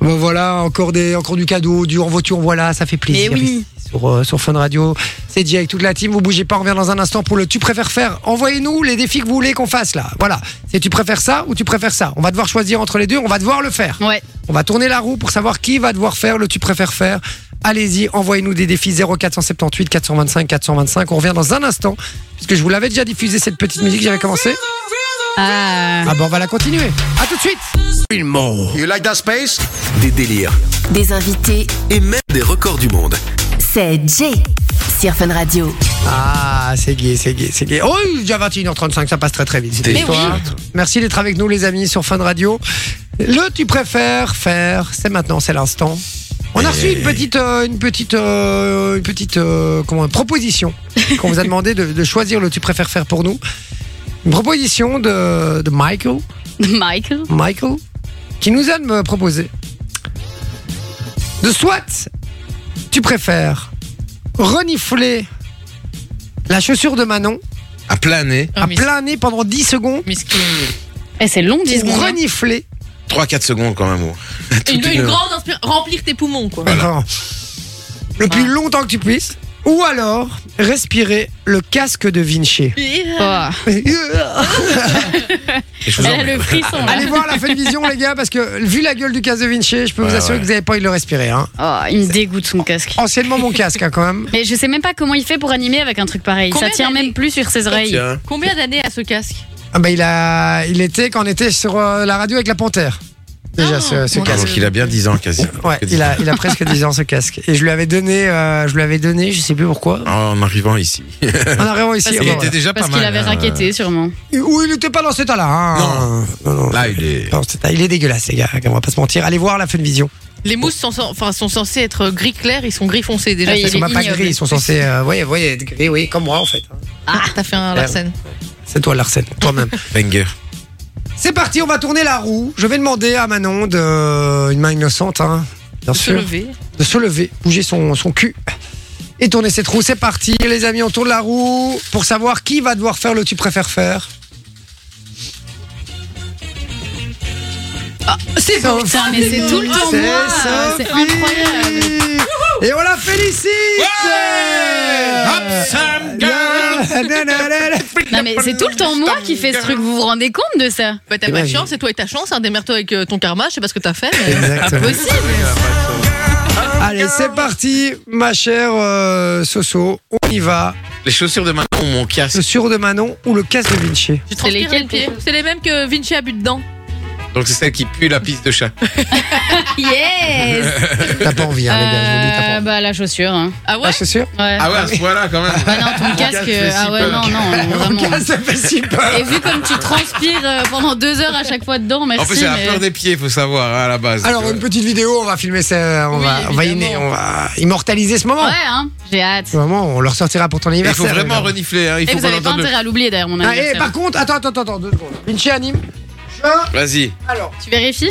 Bon voilà, encore des, encore du cadeau, du en voiture, voilà, ça fait plaisir.
Mais oui.
ici, Sur, euh, sur Fun Radio, c'est dit avec toute la team. Vous bougez pas, on revient dans un instant pour le tu préfères faire. Envoyez-nous les défis que vous voulez qu'on fasse là. Voilà, c'est tu préfères ça ou tu préfères ça. On va devoir choisir entre les deux, on va devoir le faire.
Ouais.
On va tourner la roue pour savoir qui va devoir faire le tu préfères faire. Allez-y, envoyez-nous des défis 0478 425 425. On revient dans un instant, puisque je vous l'avais déjà diffusé cette petite musique, j'avais commencé.
Ah.
Ah bon, on va la continuer. À tout de suite.
You like that space? Des délires
Des invités,
et même des records du monde.
c'est Jay sur Fun Radio.
Ah, c'est gay, c'est gay, c'est gay. Oh, il est déjà 21h35, ça passe très très vite. cette
Mais
histoire. Merci d'être avec nous, les amis, sur Fun Radio. Le tu préfères faire, c'est maintenant, c'est l'instant. On a reçu une petite, euh, une petite, euh, une petite, euh, comment, proposition qu'on vous a demandé de, de choisir le tu préfères faire pour nous. Une proposition de, de Michael,
Michael.
Michael, qui nous a de me proposer de soit tu préfères renifler la chaussure de Manon
À plein nez,
à
Ah, mais-
plein nez pendant 10 secondes
Miskin.
Eh, c'est long, 10
pour
secondes. hein.
renifler.
3-4 secondes quand même. oh.
Une,
Toute
une grande inspiration. Remplir tes poumons, quoi.
Attends. Le plus longtemps que tu puisses. Ou alors, respirer le casque de Vinci.
Oh.
Allez
Et je vous
Elle a
emmerde.
le frisson. là.
voir la fin de vision, les gars, parce que vu la gueule du casque de Vinci, je peux vous
Ouais,
assurer
ouais.
que vous n'avez pas envie de le respirer. hein.
Oh, il me dégoûte son casque.
Anciennement, mon casque, hein, quand même.
Mais je sais même pas comment il fait pour animer avec un truc pareil.
Combien
ça tient
d'années
même plus sur ses oreilles.
Tiens.
Combien d'années à ce casque
ben, Ah bah, il, a... il était quand on était sur euh, la radio avec la panthère. déjà ce, ce
mon
casque.
Donc il a bien 10 ans quasi.
Ouais, il a, il a presque 10 ans ce casque. Et je lui avais donné, euh, je lui avais donné, je sais plus pourquoi.
Oh, En arrivant ici.
En arrivant ici.
Parce
ah
il
bah
était
voilà.
déjà
Parce
pas mal.
qu'il avait
hein.
raquetté, sûrement.
Ou il était pas dans cet état-là. hein.
Non.
non, non.
Là, il est.
Non, cet état- il est dégueulasse, les gars. On va pas se mentir. Allez voir la Funvision.
Les mousses sont, cen- enfin, sont censées être gris clair, ils sont gris foncé déjà.
Oui,
Ils
ça,
sont
c'est-
pas
ignoble.
gris, ils sont censés. euh, ouais, ouais, être gris, oui, comme moi en fait. hein.
Ah, t'as fait un Larsen.
C'est toi, Larsen, toi-même.
Wenger.
C'est parti, on va tourner la roue. Je vais demander à Manon de euh, une main innocente, hein, bien
Se
sûr,
lever.
de se lever, bouger son, son cul et tourner cette roue. C'est parti, les amis, on tourne la roue pour savoir qui va devoir faire le tu préfères faire. bon.
C'est
Putain, mais Ah, c'est tout le temps
C'est
moi. C'est
Sophie.
incroyable.
Et on la félicite.
Hop, Sam Girl.
Na, na, na, na, na.
Non, mais c'est tout le temps moi qui fais ce truc. Vous vous rendez compte de ça
Bah, t'as pas de
Imagine.
chance, c'est toi et ta chance, hein, démerde-toi avec euh, ton karma, je sais pas ce que t'as fait, mais
Exactement.
possible.
Allez, c'est parti, ma chère euh, Soso. On y va.
Les chaussures de Manon ont mon
Le
casque.
sur de Manon ou le casse de Vinci.
Tu transpires
lesquels,
les pieds. C'est les mêmes que Vinci a bu dedans.
Donc c'est celle qui pue la piste de chat.
Ah Yes
T'as pas envie, hein, les gars. Je vous le dis, t'as pas
Euh,
envie.
Bah, la chaussure. hein.
Ah ouais
Ah, c'est sûr
Ouais.
Ah ouais, à ce point-là quand même.
Bah non, ton casque.
casque fait
euh,
si
Ah ouais,
peur.
non, non,
Le
vraiment.
casse, ça fait si peur.
Et vu comme tu transpires euh, pendant deux heures à chaque fois dedans, merci.
En plus, elle a
bah mais-
peur des pieds, faut savoir, hein, à la base.
Alors une petite vidéo, on va filmer ça, on
Oui,
va, on va,
évidemment.
inné- on va immortaliser ce moment.
Ouais, hein, j'ai hâte.
Ce moment, on leur sortira pour ton
Il faut
anniversaire.
vraiment
évidemment.
renifler, hein, il
Et
faut
vous
qu'on
avez pas
entende le-
intérêt à l'oublier d'ailleurs, mon
Ah, et
eh,
anniversaire.
par contre, attends, attends, attends, deux secondes. Vinci anime. Je-
Vas-y.
Alors,
Tu vérifies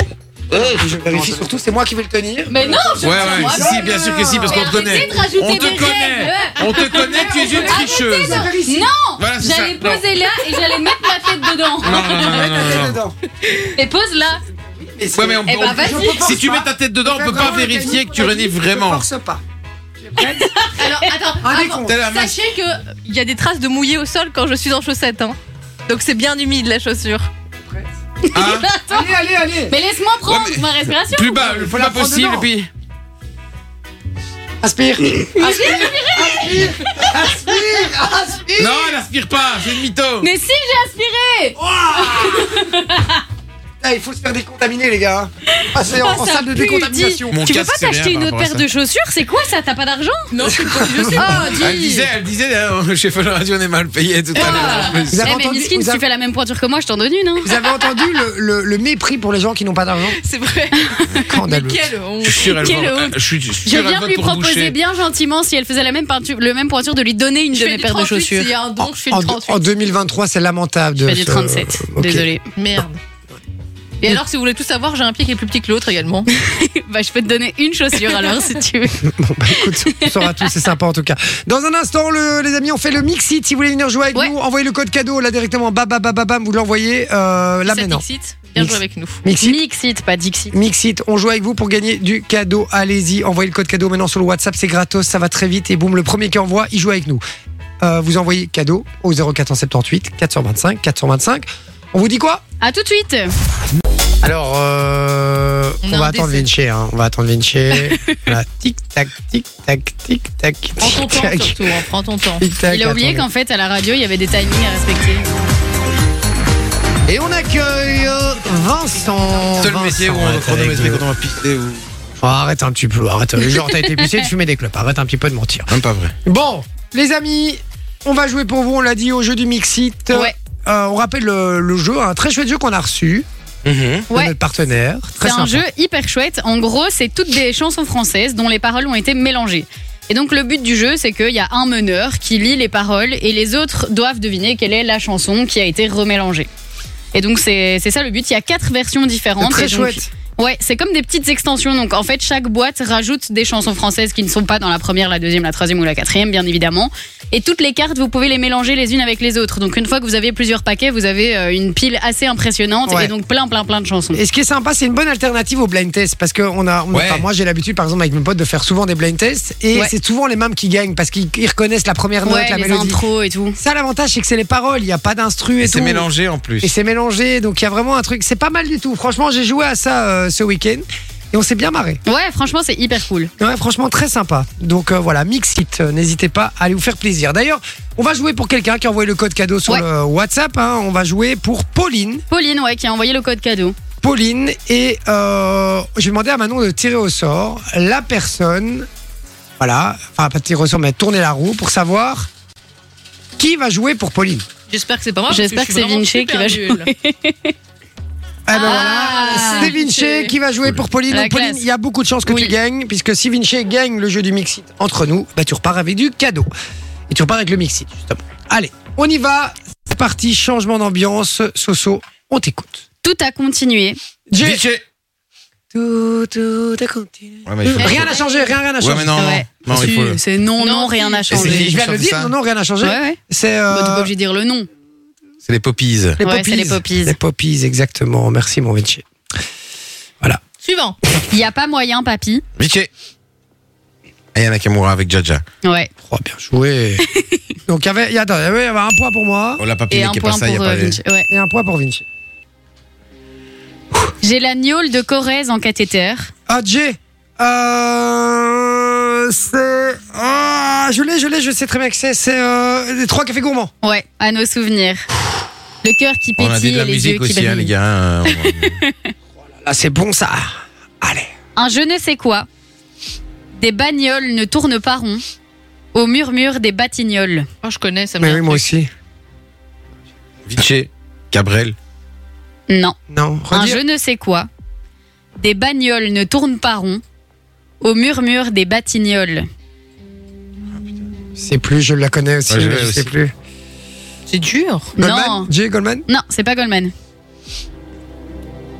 je vérifie surtout, c'est moi qui vais le tenir.
Mais non, je
Ouais, ouais, si, si, bien sûr que si, parce
Mais
qu'on te connaît.
arrêtez de rajouter
On
des
te connaît.
règles.
On te connaît, tu es une tricheuse.
Non,
Voilà, c'est ça.
j'allais
Non.
poser là et j'allais mettre ma tête dedans.
Non, non, non, non, non, non.
Dedans.
Et pose là.
Et c'est-
Ouais, mais on-
Eh ben,
on-
vas-y.
si
hein.
tu mets ta tête dedans, on peut pas
Vraiment,
vérifier
Camille,
que tu
Camille,
renifles
Je
vraiment. Ah,
force pas.
Alors, attends,
Un
avant-
décompte.
T'as la main-
Sachez que il y a des traces de mouillé au sol quand je suis en chaussettes. Hein. Donc c'est bien humide la chaussure.
Hein
Allez, allez, allez.
Mais laisse-moi prendre
Ouais, mais-
ma respiration.
Plus bas, le plus
la
bas
prendre
possible,
dedans.
et puis.
Aspire. Aspire. Aspire. Aspire. Aspire.
Non, elle aspire pas, c'est une mytho.
Mais si j'ai aspiré
Ah, il faut se faire décontaminer, les gars. hein. Ah, c'est en,
Oh,
en
ça
salle de
pue,
décontamination.
Mon
Tu veux
casque,
pas
c'est
t'acheter
rien
une
par
autre
rapport à
paire
ça.
de chaussures C'est quoi ça T'as pas d'argent
Non, je, je sais
pas.
Ah, Elle disait, elle disait, euh, chez Fun Radio, on est mal payé tout à l'heure. en plus.
Vous avez
Eh mais
entendu-
Miskin,
vous
si
avez-
tu fais la même pointure que moi, je t'en donne une. hein.
Vous avez entendu le, le- le mépris pour les gens qui n'ont pas d'argent
C'est vrai.
Scandaleux.
Quelle honte.
Je suis sûr, elle
Quelle
vote-
honte.
je suis
Je
sûr, elle
viens de
vote
lui
pour
proposer
Boucher.
bien gentiment si elle faisait la même peinture, le même pointure, de lui donner une de
Je fais
mes
du
paires de
38,
chaussures.
S'il y a un don, je fais
En,
du
en
38.
2023, c'est lamentable.
Je
de
fais du
ce-
37.
Ok.
Désolée.
Merde. Et alors, si vous voulez tout savoir, j'ai un pied qui est plus petit que l'autre également.
Bah, je peux te donner une chaussure alors si tu veux.
Bon, bah, écoute, on saura tout, c'est sympa en tout cas. Dans un instant, le- les amis, on fait le mix-it. Si vous voulez venir jouer avec
Ouais.
nous, envoyez le code cadeau là directement. Bam, bam, bam, bam, bam, vous l'envoyez euh, là
Ça
maintenant.
t'excite Viens
Mix.
jouer avec nous.
Mix-it.
Mixit, pas Dixit.
Mixit, on joue avec vous pour gagner du cadeau. Allez-y, envoyez le code cadeau maintenant sur le WhatsApp, c'est gratos, ça va très vite. Et boum, le premier qui envoie, il joue avec nous. Euh, vous envoyez cadeau au 0478 425 425. On vous dit quoi
À tout de suite.
Alors, euh, on,
On a
va
un
attendre
décès.
Vinci. hein. On va attendre Vinci. Voilà, tic tac, tic tac, tic tac, tic
Prends ton temps
tac,
surtout, hein, prends ton temps.
tic tac.
Il a oublié
attendez.
qu'en fait, à la radio, il y avait des timings à respecter.
Et on accueille euh, Vincent.
Seul métier où
Vincent,
on
arrête avec
chronométrie
nous.
quand on va pisser ou.
Oh, Arrête un petit peu, arrête. Genre, t'as été pissé, tu fumais des clopes. Arrête un petit peu de mentir.
Même pas vrai.
Bon, les amis, on va jouer pour vous, on l'a dit, au jeu du Mixit.
Ouais.
Euh, on rappelle le, le jeu, un très chouette jeu qu'on a reçu de
Ouais.
notre partenaire. Très
C'est un
sympa.
jeu hyper chouette. En gros, c'est toutes des chansons françaises dont les paroles ont été mélangées. Et donc, le but du jeu, c'est qu'il y a un meneur qui lit les paroles et les autres doivent deviner quelle est la chanson qui a été remélangée. Et donc, c'est c'est ça le but. Il y a quatre versions différentes.
Très
Et donc,
chouette.
Ouais, c'est comme des petites extensions. Donc en fait, chaque boîte rajoute des chansons françaises qui ne sont pas dans la première, la deuxième, la troisième ou la quatrième, bien évidemment. Et toutes les cartes, vous pouvez les mélanger les unes avec les autres. Donc une fois que vous avez plusieurs paquets, vous avez euh, une pile assez impressionnante
Ouais.
et donc plein, plein, plein de chansons.
Et ce qui est sympa, c'est une bonne alternative au blind test parce que on a, on-
Ouais.
enfin, moi j'ai l'habitude par exemple avec mes potes de faire souvent des blind tests et
Ouais.
c'est souvent les mêmes qui gagnent parce qu'ils ils reconnaissent la première note,
Ouais,
la
les
mélodie.
intros et tout.
Ça l'avantage c'est que c'est les paroles, il n'y a pas d'instru et,
Et
tout.
c'est mélangé en plus.
Et c'est mélangé, donc il y a vraiment un truc. C'est pas mal du tout. Franchement, j'ai joué à ça euh, ce week-end et on s'est bien marré.
Ouais, franchement, c'est hyper cool.
Ouais, franchement, très sympa. Donc euh, voilà, Mixit, euh, n'hésitez pas à aller vous faire plaisir. D'ailleurs, on va jouer pour quelqu'un qui a envoyé le code cadeau sur
Ouais.
le WhatsApp. hein. On va jouer pour Pauline.
Pauline, ouais, qui a envoyé le code cadeau.
Pauline. Et euh, j'ai demandé à Manon de tirer au sort la personne. Voilà, enfin pas de tirer au sort, mais tourner la roue pour savoir qui va jouer pour Pauline.
J'espère que c'est pas moi. parce
J'espère
je
que
suis
c'est
vraiment
Vinci qui
super
va
nulle.
jouer.
Eh ben
Ah,
voilà, c'est Vinci
Vinci.
qui va jouer pour Pauline.
La
Donc Pauline,
classe.
il y a beaucoup de chances que tu
Oui.
gagnes, puisque si Vinci gagne le jeu du Mixit entre nous, bah, tu repars avec du cadeau. Et tu repars avec le Mixit, justement. Allez, on y va. C'est parti, changement d'ambiance. Soso, on t'écoute.
Tout a continué.
J'ai-
Vinci.
Tout, tout a continué.
Ouais, mais il faut-
Rien n'a changé, rien, rien n'a
Ouais,
changé.
mais non, non.
Ouais.
Non, il
Si,
faut le-
C'est non,
Non,
non,
si.
rien n'a
c'est
changé.
fini.
Je viens de le
Change
dire,
ça.
non, non, rien n'a changé.
Ouais, ouais.
C'est
Bah,
euh,
t'es pas obligé de dire le nom.
C'est les poppies.
les
Ouais,
poppies.
c'est les poppies.
Les poppies, exactement. Merci, mon Vinci.
Suivant.
Il n'y a pas moyen, papy.
Vinci. Aya Nakamura avec Jaja.
Ouais.
Oh, bien joué. Donc, il y avait, il y a- attends, il y avait il y avait un point pour moi
Oh la papy,
Et
mais
un
qui est pas
point
ça, il y a
pour
pas
euh,
les-
Vinci. Ouais.
et un point pour Vinci.
J'ai la gnôle de Corrèze en cathéter.
Ah, Jay. Euh, c'est. Ah, je l'ai, je l'ai, je sais très bien que c'est. C'est euh, les trois cafés gourmands.
Ouais, à nos souvenirs. Le cœur qui
On a dit
pétille
de la
et les yeux
musique
qui
aussi, hein, les
brillent.
gars. hein, on-
Là, c'est bon ça. Allez.
Un je ne sais quoi. Des bagnoles ne tournent pas rond. Au murmure des batignolles.
Oh, je connais, ça me
Mais
dit
oui,
un
moi
truc.
aussi.
Vinci. Cabrel.
Non.
Non,
Un
redis.
je ne sais quoi. Des bagnoles ne tournent pas rond. Au murmure des batignolles.
Je sais plus, je la connais aussi,
Ouais, je
mais
l'ai
je sais
aussi.
plus.
C'est dur.
Non.
Goldman Jay Goldman
Non, c'est pas Goldman.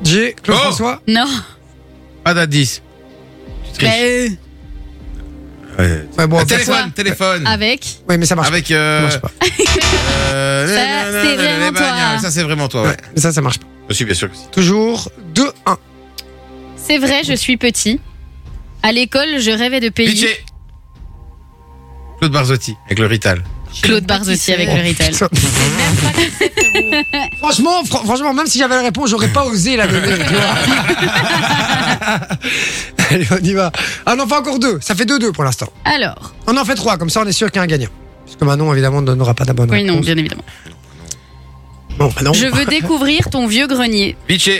Jay Claude
Oh
François
Non.
Pas d'indice. Tu triches.
Mais, euh,
Ouais.
Ouais, bon,
Ah,
en fait,
Téléphone, téléphone.
avec.
ouais, mais ça marche pas.
Avec.
Ça
euh,
marche pas.
euh,
Ça,
nanana,
c'est
nanana,
vraiment
les bagnoles,
toi.
Ça, c'est vraiment toi, ouais.
Ouais, mais ça, ça marche pas.
Je suis bien sûr que si.
Toujours 2-1.
C'est vrai, je suis petit. À l'école, je rêvais de pays.
Vinci. Claude Barzotti avec le Rital.
Claude Barzotti avec le retail.
Putain. franchement, fr- franchement, même si j'avais la réponse, j'aurais pas osé la donner. tu vois. Allez, on y va. Ah non, fait encore deux. Ça fait 2-2 pour l'instant.
Alors,
On en fait trois, comme ça on est sûr qu'il y a un gagnant. Parce que Manon, évidemment, ne donnera pas la bonne
oui, non,
réponse.
bien évidemment.
Bon, bah non.
Je veux découvrir ton vieux grenier.
Vinci.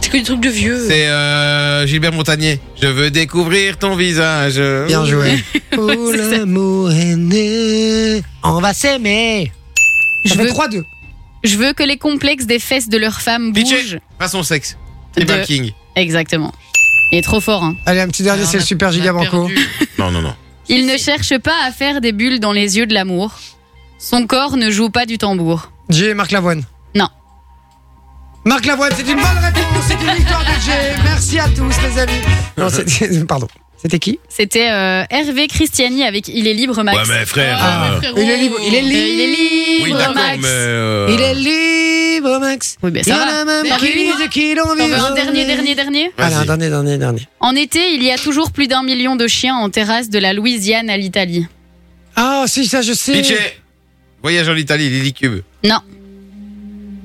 C'est que des trucs de vieux.
C'est euh, Gilbert Montagnier. Je veux découvrir ton visage.
Bien joué. Oh, l'amour est né. On va s'aimer. Je
Je
veux
veux-
3-2.
Je veux que les complexes des fesses de leurs femmes
Vinci.
bougent.
Pas son sexe. C'est pas
De-
King.
Exactement. Il est trop fort. Hein.
Allez, un petit dernier,
Alors,
c'est
on
le
a-
super
on a
giga banco.
perdu.
Non, non, non.
Il ne cherche pas à faire des bulles dans les yeux de l'amour. Son corps ne joue pas du tambour.
Jay, Marc Lavoine.
Non.
Marc Lavoine, c'est une bonne réponse. C'est une victoire de Jay. Merci à tous, les amis. Non, c'est- pardon. C'était qui
C'était euh, Hervé Christiani avec Il est libre, Max.
Ouais, mais frère.
Ah,
euh,
frérot.
Il est libre. Il est
Euh, Il est
libre.
libre,
Oui, d'accord,
Max.
mais. euh,
Il est libre, Max.
Oui, ben
Il y
ça
en
va.
a même
Dernier,
qui disent qu'il en
hein T'en
vit.
veux un dernier, dernier, dernier.
Allez, un
vas-y.
dernier, dernier, dernier.
En été, il y a toujours plus d'un million de chiens en terrasse de la Louisiane à l'Italie.
Ah, si, ça, je sais.
Vinci. Voyage en Italie, Lily Cube.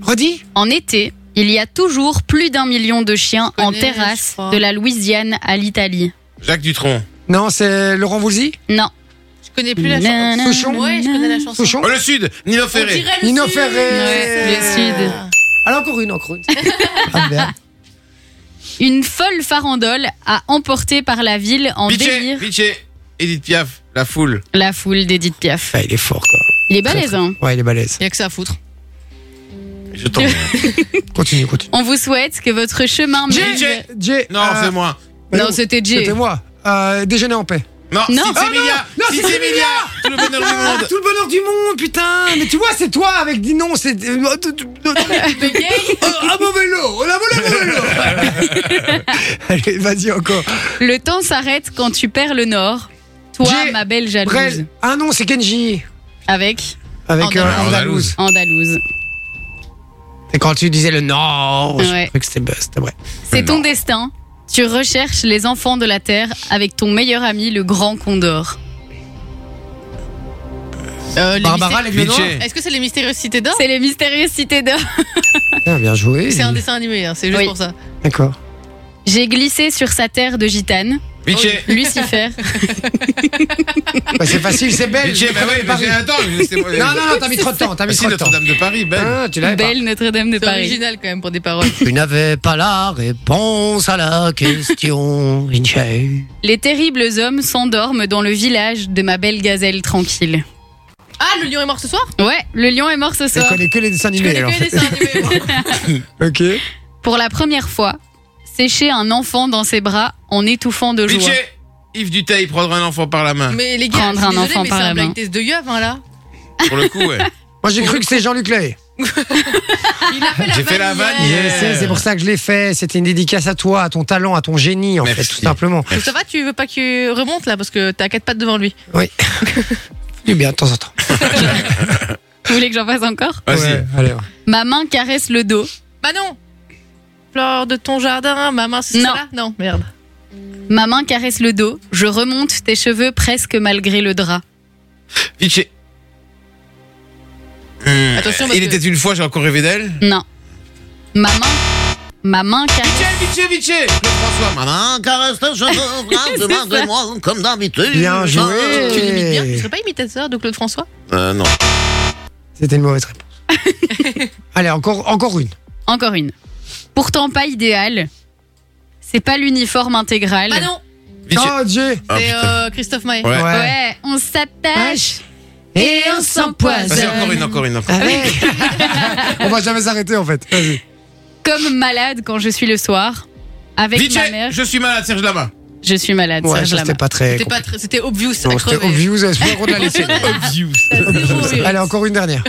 Redis
En été, il y a toujours plus d'un million de chiens
Je connais,
en
je
terrasse
crois.
de la Louisiane à l'Italie.
Jacques Dutronc.
Non, c'est Laurent Voulzy
Non.
Je connais plus la
Nanana.
chanson.
Souchon.
Ouais, je connais la chanson.
Souchon
Oh, le Sud. Nino
On
Ferré.
dirait le
Nino
Sud.
Ferré.
Ouais,
Le Sud.
Allez, encore une, encore une. Ah, merde.
Une folle farandole a emporté par la ville en
Vinci.
délire
Vinci. Edith Piaf. La foule.
la foule d'Edith Piaf.
Ah, il est fort, quoi.
Il est
Très,
balèze,
très-
hein
Ouais, il est balèze.
Il y a que ça à foutre.
Je t'en
Continue, continue.
On vous souhaite que votre chemin
Jay,
mène...
Jay.
Jay.
Non,
euh,
c'est moi.
bah
Non, c'était Jay.
C'était moi. Euh, déjeuner en paix.
Non,
Non.
si
Oh,
c'est Milia.
non,
Si
c'est
c'est Milia. Tout le bonheur du monde.
Ah, tout le bonheur du monde, putain. Mais tu vois, c'est toi avec Dinon. C'est. euh, oh, Un mauvais lot. On a volé un mauvais lot. Allez, vas-y encore.
Le temps s'arrête quand tu perds le nord. Toi,
Jay.
ma belle jalouse.
Brel. Ah non, c'est Kenji.
Avec
Avec euh,
Andalouse.
Andalouse.
Andalouse.
C'est quand tu disais le Nord. Je
Ouais.
crois que c'était bah, c'était vrai.
C'est ton destin. Tu recherches les enfants de la terre avec ton meilleur ami, le grand condor.
Euh, les
Barbara,
mystérieux-
l'aigle noir.
Vinci.
Est-ce que c'est les mystérieuses cités d'or
C'est les mystérieuses cités d'or.
Putain, Ah, Bien joué.
C'est un dessin animé, hein, c'est juste
Oui.
pour ça.
D'accord.
J'ai glissé sur sa terre de gitane,
Vinci.
Lucifer.
Bah, c'est facile, c'est belge.
J'ai bah ouais, mais j'ai- attends, mais c'est-
Non, non, non, t'as mis trop de temps, t'as mis
Si,
trop de temps.
Notre-Dame de Paris, Ben. belle.
Ah, tu l'avais pas.
Belle Notre-Dame de
C'est
Paris.
original quand même pour des paroles.
Tu n'avais pas la réponse à la question, Lindsay.
Les terribles hommes s'endorment dans le village de ma belle gazelle tranquille.
Ah, le lion est mort ce soir
Ouais, le lion est mort ce
Je
soir.
connais que les dessins
Je
animés,
connais
alors.
que les dessins animés. moi.
Ok.
Pour la première fois, sécher un enfant dans ses bras en étouffant de joie.
Pitché Yves Duteil prendre un enfant par la
Ah.
main.
Mais les gars,
Prendre
je suis
un
désolée,
enfant
mais
par
c'est
la
un
main.
blind test de Yev, hein, là.
Pour le coup, ouais.
Moi, j'ai cru que c'était Jean-Luc Lay.
Il a fait la
J'ai fait la vanne
hier.
Je sais, C'est pour ça que je l'ai fait. C'était une dédicace à toi, à ton talent, à ton génie, en
Merci.
fait, tout simplement.
Donc ça va, tu veux pas qu'il remonte là parce que t'as quatre pattes devant lui.
Du bien, de temps en temps.
Vous voulez que j'en fasse encore
Vas-y.
Ouais, allez, ouais.
Ma main caresse le dos.
Bah non Flore de ton jardin, ma main, c'est
Non.
ça là Non, merde.
Ma main caresse le dos. Je remonte tes cheveux presque malgré le drap.
Pitché. Hum,
Attention, parce
Il
que-
était une fois, j'ai encore rêvé d'elle.
Non. Ma main. Ma main caresse.
Pitché, pitché, pitché François, maman, caresse tes cheveux, bras, demande-moi comme d'habitude.
Bien
Eh.
joué.
Tu l'imites bien,
Hey.
tu serais pas imitateur de Claude François
Euh, non.
C'était une mauvaise réponse. allez, encore, encore une.
Encore une. Pourtant pas idéal. C'est pas l'uniforme intégral.
Bah non
Pitché.
Oh, Dieu.
Ah,
C'est
putain.
euh, Christophe Maé.
Ouais.
Ouais, on s'attache.
Et on
Vas-y,
s'empoisonne.
encore une, encore une, encore une.
Allez. On va jamais s'arrêter, en fait. Vas-y.
Comme malade quand je suis le soir. Avec
Pitché,
ma mère, je,
je suis malade, Serge Lama.
suis malade.
Ouais,
Serge
ça,
Lama.
c'était pas très.
C'était pas très- C'était obvious à
Non, C'était
crever.
obvious, je crois qu'on l'a laissé.
Obvious.
Allez, encore une dernière.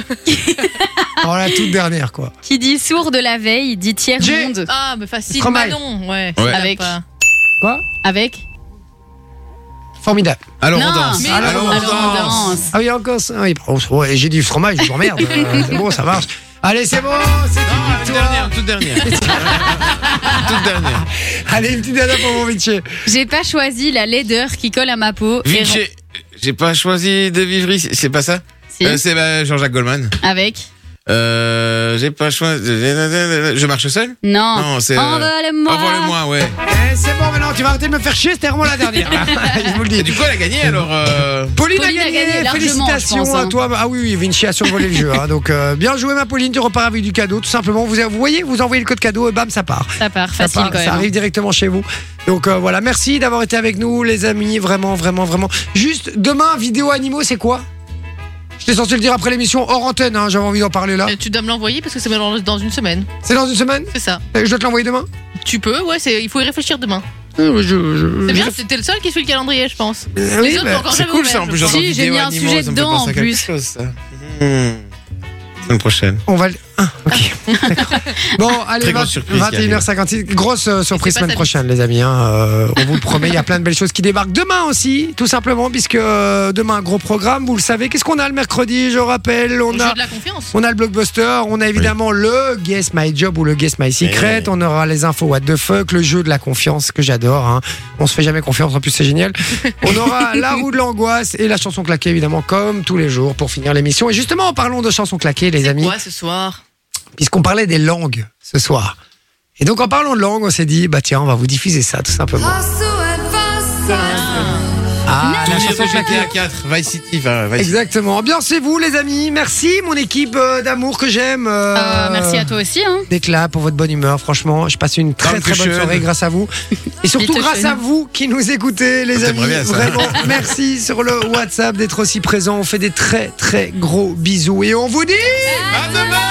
Alors, la toute dernière, quoi.
Qui dit sourd de la veille, dit tiers
J'ai-
monde.
Ah, mais facile,
Stromae.
bah non Ouais,
Ouais.
avec.
Avec.
Quoi
Avec
Formidable.
Alors
Non,
on danse.
mais
Alors
non,
on
alors on
Oh, danse.
danse.
Ah oui, encore ça. Oui, pardon, ouais, J'ai dit fromage, je m'emmerde. Euh, c'est bon, ça marche. Allez, c'est bon, c'est une
Ah,
Toute
victoire.
Ah, dernière, toute dernière. Toute dernière.
Allez, une petite dernière pour mon métier.
J'ai pas choisi la laideur qui colle à ma peau. et
Vite, j'ai- j'ai pas choisi de vivre ici. C'est pas ça
Si,
Euh, C'est bah, Jean-Jacques Goldman.
avec.
Euh, j'ai pas choisi. Je marche seul
Non.
Non, c'est, euh,
Envole-moi.
Envoie-le-moi, ouais.
Eh, c'est bon, maintenant, tu vas arrêter de me faire chier, c'était vraiment la dernière. je vous le
Et
dis.
du coup, elle a gagné alors. euh,
Pauline,
Pauline
a
a
gagné,
gagné largement,
félicitations
je pense, hein.
à toi. Ah oui, oui, Vinci a survolé le jeu. hein. donc euh, bien joué ma Pauline, tu repars avec du cadeau, tout simplement. Vous, vous voyez, vous envoyez le code cadeau et bam, ça part.
Ça part,
Ça,
facile
part,
quand
ça
même. hein.
arrive directement chez vous. Donc euh, voilà, merci d'avoir été avec nous, les amis. Vraiment, vraiment, vraiment. Juste demain, vidéo animaux, c'est quoi Je t'ai censé le dire après l'émission hors antenne. hein, J'avais envie d'en parler là.
Euh, Tu dois me l'envoyer parce que c'est dans dans une semaine.
C'est dans une semaine Euh,
C'est ça.
Je dois te l'envoyer demain
Tu peux, ouais, c'est- il faut y réfléchir demain. C'est bien, c'était le seul qui suit le calendrier, je pense.
Euh, oui,
autres
bah,
n'ont encore
C'est
jamais
cool
ouvert,
ça en
je
plus.
pense.
j'entends
Si, j'ai
vidéo
mis un
animaux,
sujet
ça me fait
dedans,
penser à
en
quelque
plus.
chose, ça. Mmh. Semaine prochaine.
On va. le- Ah, ok. D'accord. Bon, allez,
Très grosse
20
surprise,
21h56. Grosse euh, surprise
pas
semaine
ça,
prochaine, les amis. hein. Euh, on vous le promet, il y a plein de belles choses qui débarquent demain aussi, tout simplement, puisque euh, demain, gros programme, vous le savez. Qu'est-ce qu'on a le mercredi Je rappelle, on
On
a.
de la confiance.
On a le blockbuster, on a évidemment le Guess My Job ou le Guess My Secret,
Eh.
on aura les infos What the fuck, le jeu de la confiance que j'adore. Hein. On se fait jamais confiance, en plus c'est génial. On aura la roue de l'angoisse et la chanson claquée évidemment comme tous les jours pour finir l'émission. Et justement, parlons de chansons claquées, les amis
Quoi ce soir
puisqu'on parlait des langues ce soir. Et donc en parlant de langues, on s'est dit, bah tiens, on va vous diffuser ça tout simplement. Ah, la
Tout dire
chanson
de
claquée.
GTA 4, Vice City. enfin,
Ah,
Vice City.
Exactement. Bien, c'est vous les amis. Merci mon équipe euh, d'amour que j'aime. euh,
Euh, merci à toi aussi. Hein.
Des claps pour votre bonne humeur. Franchement, je passe une très très bonne
Dankeschön.
soirée grâce à vous. Et surtout
Bitte
grâce
schön.
à vous qui nous écoutez, les
Ça,
amis.
t'aimerais bien, ça.
Vraiment, merci sur le WhatsApp d'être aussi présent. On fait des très très gros bisous et on vous dit.
À demain